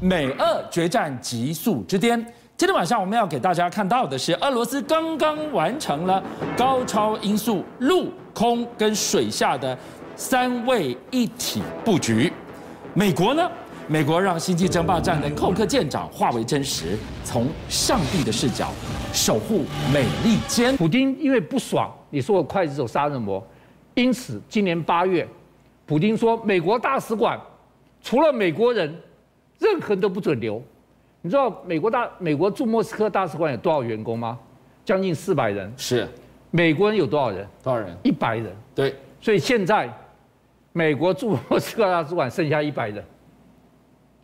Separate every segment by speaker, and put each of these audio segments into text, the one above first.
Speaker 1: 美俄决战极速之巅。今天晚上我们要给大家看到的是，俄罗斯刚刚完成了高超音速陆空跟水下的三位一体布局。美国呢？美国让《星际争霸战》的寇克舰长化为真实，从上帝的视角守护美利坚。
Speaker 2: 普京因为不爽你说我刽子手杀人魔，因此今年八月，普京说美国大使馆除了美国人，任何人都不准留。你知道美国大美国驻莫斯科大使馆有多少员工吗？将近四百人。
Speaker 1: 是
Speaker 2: 美国人有多少人？
Speaker 1: 多少人？
Speaker 2: 一百人。
Speaker 1: 对，
Speaker 2: 所以现在美国驻莫斯科大使馆剩下一百人，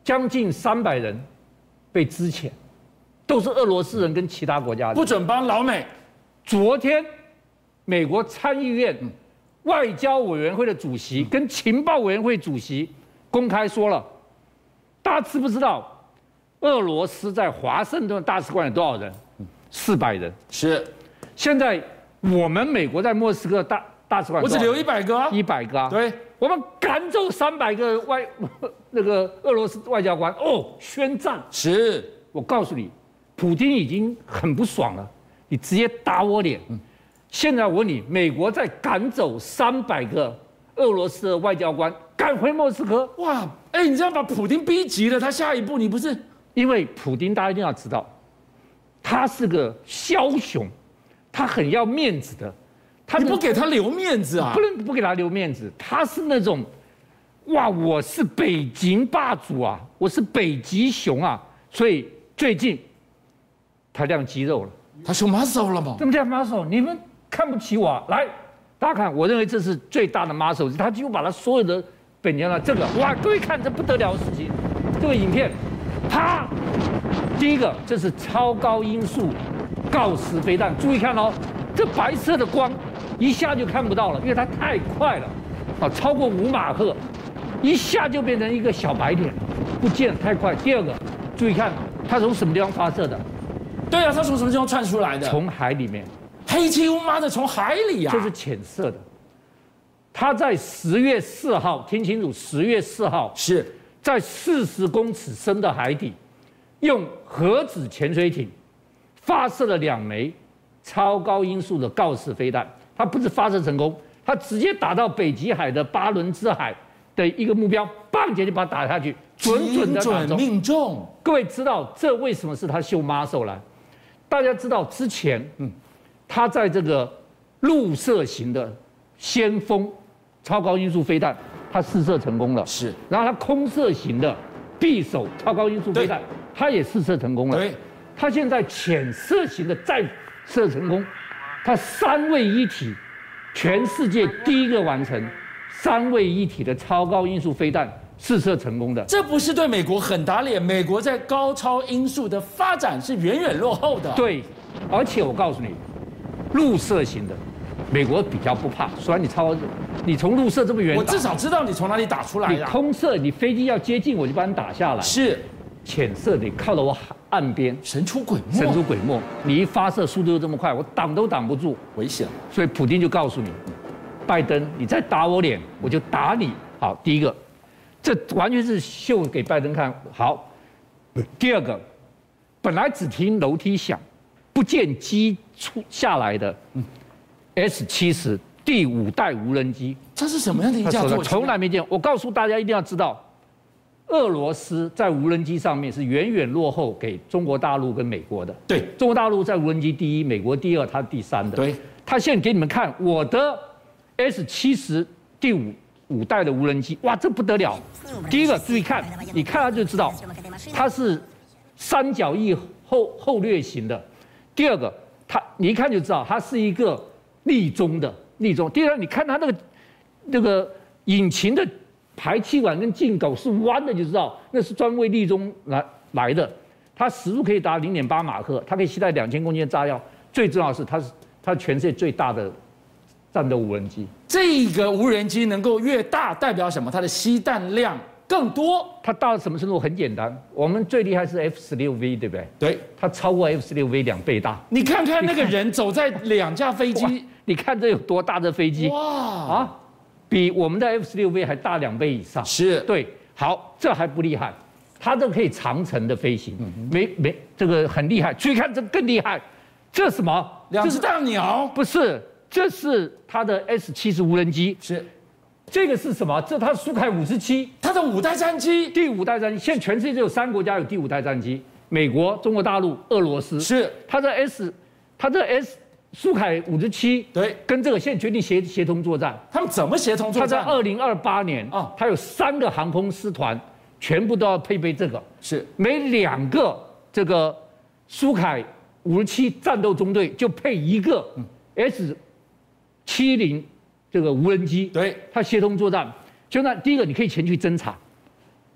Speaker 2: 将近三百人被支遣，都是俄罗斯人跟其他国家人。
Speaker 1: 不准帮老美。
Speaker 2: 昨天，美国参议院外交委员会的主席跟情报委员会主席公开说了，大家知不知道俄罗斯在华盛顿大使馆有多少人？四百人。
Speaker 1: 是
Speaker 2: 现在我们美国在莫斯科大大使馆
Speaker 1: 我
Speaker 2: 多
Speaker 1: 只留
Speaker 2: 少人，
Speaker 1: 一百个、啊。
Speaker 2: 一百个啊。
Speaker 1: 对，
Speaker 2: 我们赶走三百个外 那个俄罗斯外交官哦，宣战！
Speaker 1: 是
Speaker 2: 我告诉你，普京已经很不爽了，你直接打我脸。
Speaker 1: 嗯
Speaker 2: 现在我问你，美国在赶走三百个俄罗斯的外交官，赶回莫斯科，
Speaker 1: 哇，哎，你这样把普京逼急了，他下一步你不是
Speaker 2: 因为普京大家一定要知道，他是个枭雄，他很要面子的，他
Speaker 1: 你不
Speaker 2: 能
Speaker 1: 给他留面子啊
Speaker 2: 不？能不给他留面子，他是那种，哇，我是北极霸主啊，我是北极熊啊，所以最近他亮肌肉了，
Speaker 1: 他熊马走了吗？
Speaker 2: 怎么叫 muscle？你们看不起我、啊，来，大家看，我认为这是最大的 muscle，他几乎把他所有的本钱了，这个哇，各位看这不得了的事情，这个影片，他第一个这是超高音速锆石飞弹，注意看哦，这白色的光一下就看不到了，因为它太快了，啊，超过五马赫，一下就变成一个小白点，不见太快。第二个，注意看，哦它从什么地方发射的？
Speaker 1: 对啊，他从什么地方窜出来的？
Speaker 2: 从海里面。
Speaker 1: 黑漆乌妈的从海里啊！
Speaker 2: 这是浅色的。它在十月四号，听清楚，十月四号
Speaker 1: 是
Speaker 2: 在四十公尺深的海底，用核子潜水艇发射了两枚超高音速的锆石飞弹。它不是发射成功，它直接打到北极海的巴伦支海的一个目标，棒姐就把它打下去，准准
Speaker 1: 精
Speaker 2: 的打
Speaker 1: 准
Speaker 2: 中。
Speaker 1: 命中，
Speaker 2: 各位知道这为什么是他秀 muscle 来？大家知道之前，嗯，他在这个陆射型的先锋超高音速飞弹，他试射成功了。
Speaker 1: 是
Speaker 2: 然后他空射型的匕首超高音速飞弹
Speaker 1: 对，
Speaker 2: 他也试射成功了。
Speaker 1: 对，
Speaker 2: 他现在潜射型的再射成功，他三位一体，全世界第一个完成三位一体的超高音速飞弹试射成功的。
Speaker 1: 这不是对美国很打脸？美国在高超音速的发展是远远落后的。，
Speaker 2: 对，而且我告诉你，陆射型的，美国比较不怕，虽然你超，你从陆射这么远
Speaker 1: 我啊
Speaker 2: 打
Speaker 1: 至，少知道你从哪里打出来
Speaker 2: 你
Speaker 1: 的。
Speaker 2: 空射，你飞机要接近我就把你打下来，
Speaker 1: 是
Speaker 2: 浅射你靠到我岸边，
Speaker 1: 神出鬼没，
Speaker 2: 神出鬼没，你一发射速度又这么快，我挡都挡不住，
Speaker 1: 危险。
Speaker 2: 所以普京就告诉你，拜登，你再打我脸，我就打你。好，第一个，这完全是秀给拜登看。好，第二个，本来只听楼梯响，不见机出下来的 S 七十第五代无人机，
Speaker 1: 这是什么样的一
Speaker 2: 他
Speaker 1: 架
Speaker 2: 手
Speaker 1: 作
Speaker 2: 上
Speaker 1: 品？
Speaker 2: 从来没见。我告诉大家一定要知道，俄罗斯在无人机上面是远远落后给中国大陆跟美国的。
Speaker 1: 对
Speaker 2: 中国大陆在无人机第一，美国第二，它第三的。
Speaker 1: 对，
Speaker 2: 他现在给你们看我的 S 七十第五五代的无人机，哇，这不得了！第一个注意看，你看它就知道，它是三角翼后后掠型的。第二个，它你一看就知道，它是一个立中的立中。第二，你看它那个那个引擎的排气管跟进口是弯的，就知道那是专为立中来来的。它时速可以达零点八马赫，它可以携带两千公斤的炸药。最重要的是，它是它全世界最大的战斗无人机，
Speaker 1: 这个无人机能够越大，代表什么？它的吸弹量更多。
Speaker 2: 它大到什么程度？很简单，我们最厉害是 F 十六 V，对不对？
Speaker 1: 对，
Speaker 2: 它超过 F 十六 V 两倍大。
Speaker 1: 你看看那个人走在两架飞
Speaker 2: 哇
Speaker 1: 机，
Speaker 2: 你看这有多大的飞机
Speaker 1: 哇，
Speaker 2: 啊？比我们的 F 十六 V 还大两倍以上。
Speaker 1: 是
Speaker 2: 对，好，这还不厉害，它这可以长程的飞行，
Speaker 1: 嗯
Speaker 2: 没没这个很厉害。注意看这更厉害，这什么？
Speaker 1: 两
Speaker 2: 这
Speaker 1: 只
Speaker 2: 是
Speaker 1: 大鸟
Speaker 2: 不是，这是它的 S 七十无人机，
Speaker 1: 是
Speaker 2: 这个是什么？这它苏凯五十七
Speaker 1: 它的五代战机
Speaker 2: 第五代战机，现在全世界只有三国家有第五代战机：美国、中国大陆、俄罗斯。
Speaker 1: 是
Speaker 2: 它这 S，它这 S 苏凯五十七，
Speaker 1: 对
Speaker 2: 跟这个现在决定协协同作战。
Speaker 1: 他们怎么协同
Speaker 2: 它
Speaker 1: 作
Speaker 2: 在
Speaker 1: 战？
Speaker 2: 二零二八年
Speaker 1: 哦
Speaker 2: 啊，它有三个航空师团，全部都要配备这个，
Speaker 1: 是
Speaker 2: 每两个这个苏凯五十七战斗中队就配一个
Speaker 1: 嗯
Speaker 2: S 七零这个无人机，
Speaker 1: 对
Speaker 2: 它协同作战。就那第一个，你可以前去侦察，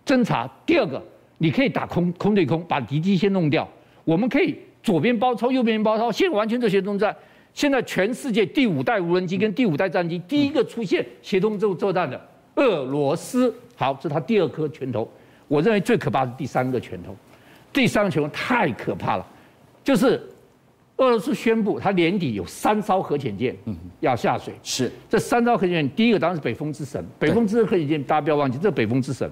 Speaker 2: 侦察；第二个，你可以打空空对空，把敌机先弄掉。我们可以左边包抄，右边包抄，现在完全做协同作战。现在全世界第五代无人机跟第五代战机第一个出现协同作作战的俄罗斯，好，这是他第二颗拳头。我认为最可怕的是第三个拳头，第三个拳头太可怕了，就是俄罗斯宣布他年底有三艘核潜舰要下水，
Speaker 1: 是
Speaker 2: 这三艘核潜舰，第一个当然是北风之神。北风之神核潜舰，大家不要忘记，这北风之神，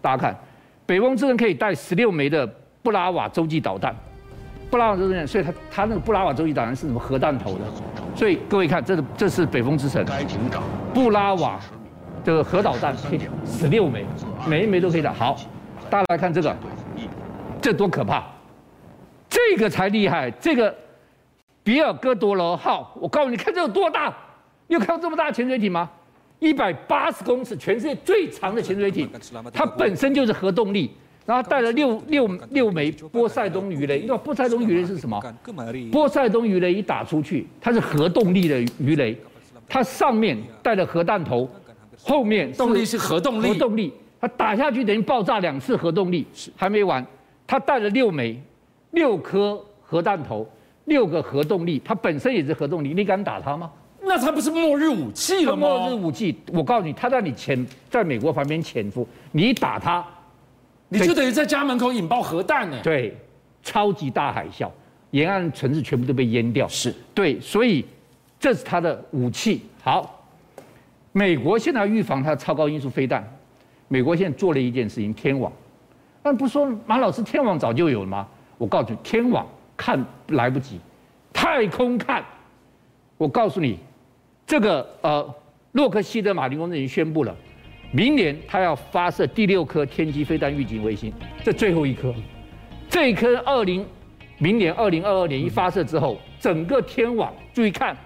Speaker 2: 大家看，北风之神可以带十六枚的布拉瓦洲际导弹。布拉瓦洲际导弹，所以它它那个布拉瓦洲际导弹是什么核弹头的？所以各位看，这是这是北风之神
Speaker 3: 该警长
Speaker 2: 布拉瓦这个核导弹，十六枚，每一枚都可以打。好，大家来看这个，这多可怕！这个才厉害，这个比尔哥多罗号，我告诉你，看这有多大，你有看过这么大的潜水艇吗？一百八十公尺，全世界最长的潜水艇，它本身就是核动力，然后带了六六六枚波塞冬鱼雷。你知道波塞冬鱼雷是什么？波塞冬鱼雷一打出去，它是核动力的鱼雷，它上面带了核弹头，后面
Speaker 1: 动力是核动
Speaker 2: 核
Speaker 1: 力，
Speaker 2: 动力，它打下去等于爆炸两次核动力，还没完，它带了六枚，六颗核弹头，六个核动力，它本身也是核动力，你敢打它吗？
Speaker 1: 那它不是末日武器了
Speaker 2: 末日
Speaker 1: 吗？
Speaker 2: 武器，我告诉你，它在你潜，在美国旁边潜伏，你一打它，
Speaker 1: 你就等于在家门口引爆核弹呢。
Speaker 2: 对，超级大海啸，沿岸城市全部都被淹掉。
Speaker 1: 是
Speaker 2: 对，所以这是它的武器。好，美国现在要预防它的超高音速飞弹，美国现在做了一件事情，天网。那不说马老师天网早就有了吗？我告诉你，天网看来不及，太空看。我告诉你，这个呃，洛克希德马林工程已经宣布了，明年他要发射第六颗天基飞弹预警卫星，这最后一颗。这一颗二零，明年二零二二年一发射之后，整个天网注意看，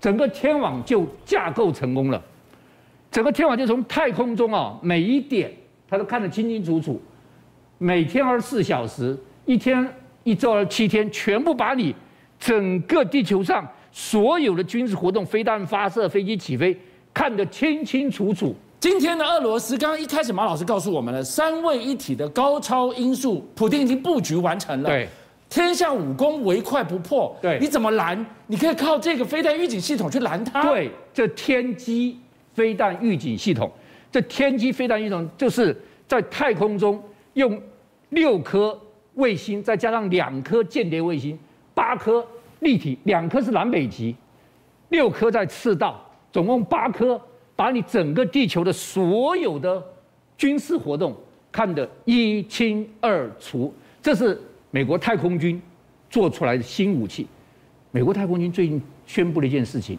Speaker 2: 整个天网就架构成功了，整个天网就从太空中啊每一点它都看得清清楚楚，每天二十四小时，一天一周二十七天，全部把你整个地球上所有的军事活动、飞弹发射、飞机起飞看得清清楚楚。
Speaker 1: 今天的俄罗斯，刚刚一开始马老师告诉我们了，三位一体的高超音速，普丁已经布局完成了。
Speaker 2: 对，
Speaker 1: 天下武功唯快不破。
Speaker 2: 对
Speaker 1: 你怎么拦？你可以靠这个飞弹预警系统去拦它。，
Speaker 2: 对，这天基飞弹预警系统，这天基飞弹系统就是在太空中用六颗卫星，再加上两颗间谍卫星，八颗立体，两颗是南北极，六颗在赤道，总共八颗，把你整个地球的所有的军事活动看得一清二楚。这是美国太空军做出来的新武器。美国太空军最近宣布了一件事情，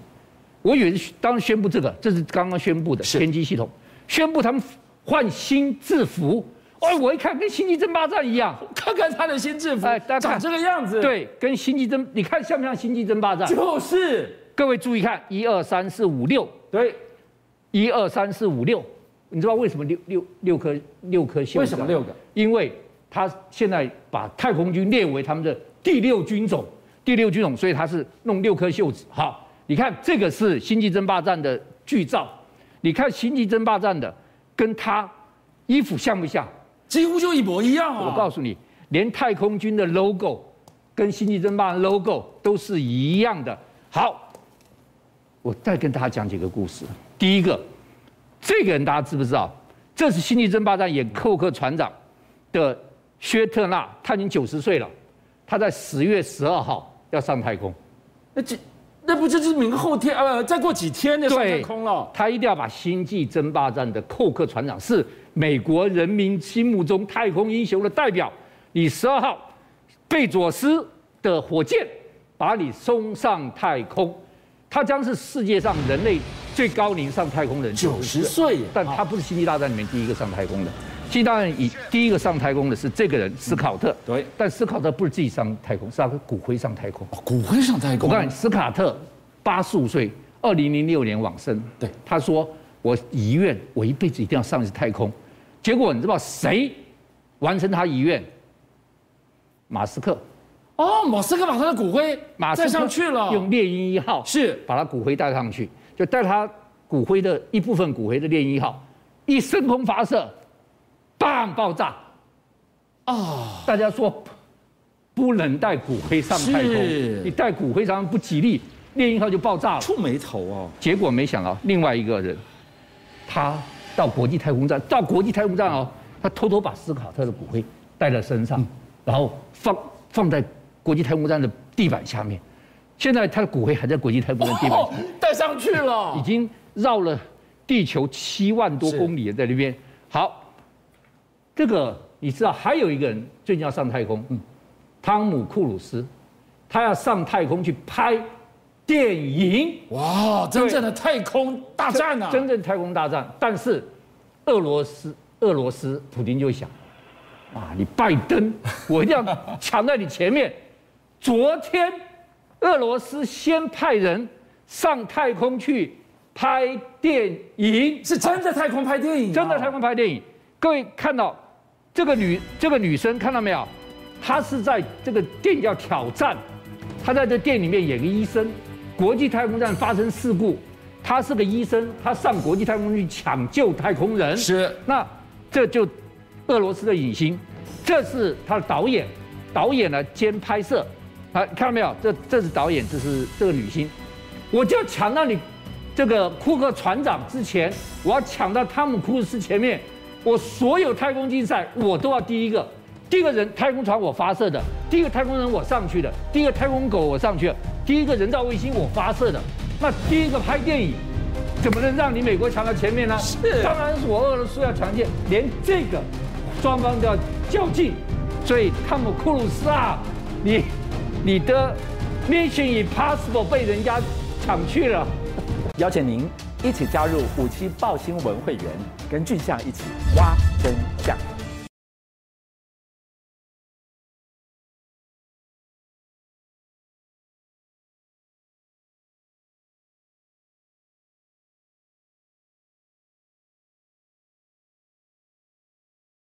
Speaker 2: 我以为是当时宣布这个，这是刚刚宣布的
Speaker 1: 是
Speaker 2: 天基系统，宣布他们换新制服。哎，我一看跟星际争霸战一样，
Speaker 1: 看看他的新制服
Speaker 2: 哎大，家
Speaker 1: 长
Speaker 2: 看
Speaker 1: 这个样子。，
Speaker 2: 对，跟星际争，你看像不像星际争霸战？
Speaker 1: 就是
Speaker 2: 各位注意看，一二三四五六，
Speaker 1: 对。
Speaker 2: 一二三四五六，你知道为什么六六六颗六颗星？
Speaker 1: 为什么六个？
Speaker 2: 因为他现在把太空军列为他们的第六军种，第六军种，所以他是弄六颗袖子。好，你看这个是《星际争霸战》的剧照，你看《星际争霸战》的跟他衣服像不像？
Speaker 1: 几乎就一模一样啊！
Speaker 2: 我告诉你，连太空军的 logo 跟星际争霸的 logo 都是一样的。好，我再跟大家讲几个故事。第一个，这个人大家知不知道？这是《星际争霸战》演寇克船长的薛特纳，他已经九十岁了，他在十月十二号要上太空。
Speaker 1: 那几那不就是明后天呃，再过几天就上太空了？
Speaker 2: 他一定要把《星际争霸战》的寇克船长是美国人民心目中太空英雄的代表。你十二号贝佐斯的火箭把你送上太空，他将是世界上人类最高龄上太空人
Speaker 1: 九十岁，啊
Speaker 2: 但他不是星际大战里面第一个上太空的。星际大战以第一个上太空的是这个人斯考特，
Speaker 1: 对
Speaker 2: 但斯考特不是自己上太空，是他的骨灰上太空。
Speaker 1: 哦骨灰上太
Speaker 2: 我
Speaker 1: 空，
Speaker 2: 告诉你，斯卡特八十五岁，二零零六年往生。
Speaker 1: 对
Speaker 2: 他说我遗愿，我一辈子一定要上一次太空。结果你知道谁完成他遗愿？马斯克，
Speaker 1: 哦，马斯克把他的骨灰
Speaker 2: 马斯克
Speaker 1: 带上去了，
Speaker 2: 用猎鹰一号
Speaker 1: 是
Speaker 2: 把他骨灰带上去，就带他骨灰的一部分骨灰的猎鹰一号，一升空发射，棒爆炸，
Speaker 1: 啊，
Speaker 2: 大家说不能带骨灰上太空
Speaker 1: 是，
Speaker 2: 你带骨灰上不吉利，猎鹰号就爆炸了。
Speaker 1: 触眉头哦，
Speaker 2: 结果没想到另外一个人，他到国际太空站，到国际太空站哦，他偷偷把斯卡特的骨灰带在身上，然后放放在国际太空站的地板下面。现在他的骨灰还在国际太空站地板下
Speaker 1: 哦，带上去了，
Speaker 2: 已经绕了地球七万多公里了，在那边。好，这个你知道，还有一个人最近要上太空，汤姆·库鲁斯，他要上太空去拍电影。
Speaker 1: 哇，真正的太空大战啊！
Speaker 2: 真正太空大战。但是俄罗斯，俄罗斯普京就想，啊，你拜登，我一定要抢在你前面。昨天，俄罗斯先派人上太空去拍电影，
Speaker 1: 是真的太空拍电影啊、
Speaker 2: 真的太空拍电影。各位看到这个女这个女生看到没有？她是在这个电影叫《挑战》，她在这电影里面演个医生。国际太空站发生事故，她是个医生，她上国际太空去抢救太空人。
Speaker 1: 是
Speaker 2: 那这就俄罗斯的影星，这是他的导演，导演呢兼拍摄，啊，看到没有？这这是导演，这是这个女星，我就要抢到你这个库克船长之前，我要抢到汤姆·库斯前面，我所有太空竞赛我都要第一个。第一个人太空船我发射的，第一个太空人我上去的，第一个太空狗我上去了，第一个人造卫星我发射的。那第一个拍电影，怎么能让你美国抢到前面呢？
Speaker 1: 是
Speaker 2: 当然是我俄罗斯要强健，连这个双方都要较劲。所以汤姆·库鲁斯啊，你你的 Mission Impossible 被人家抢去了。
Speaker 3: 邀请您一起加入五七报新闻会员，跟俊相一起挖真相。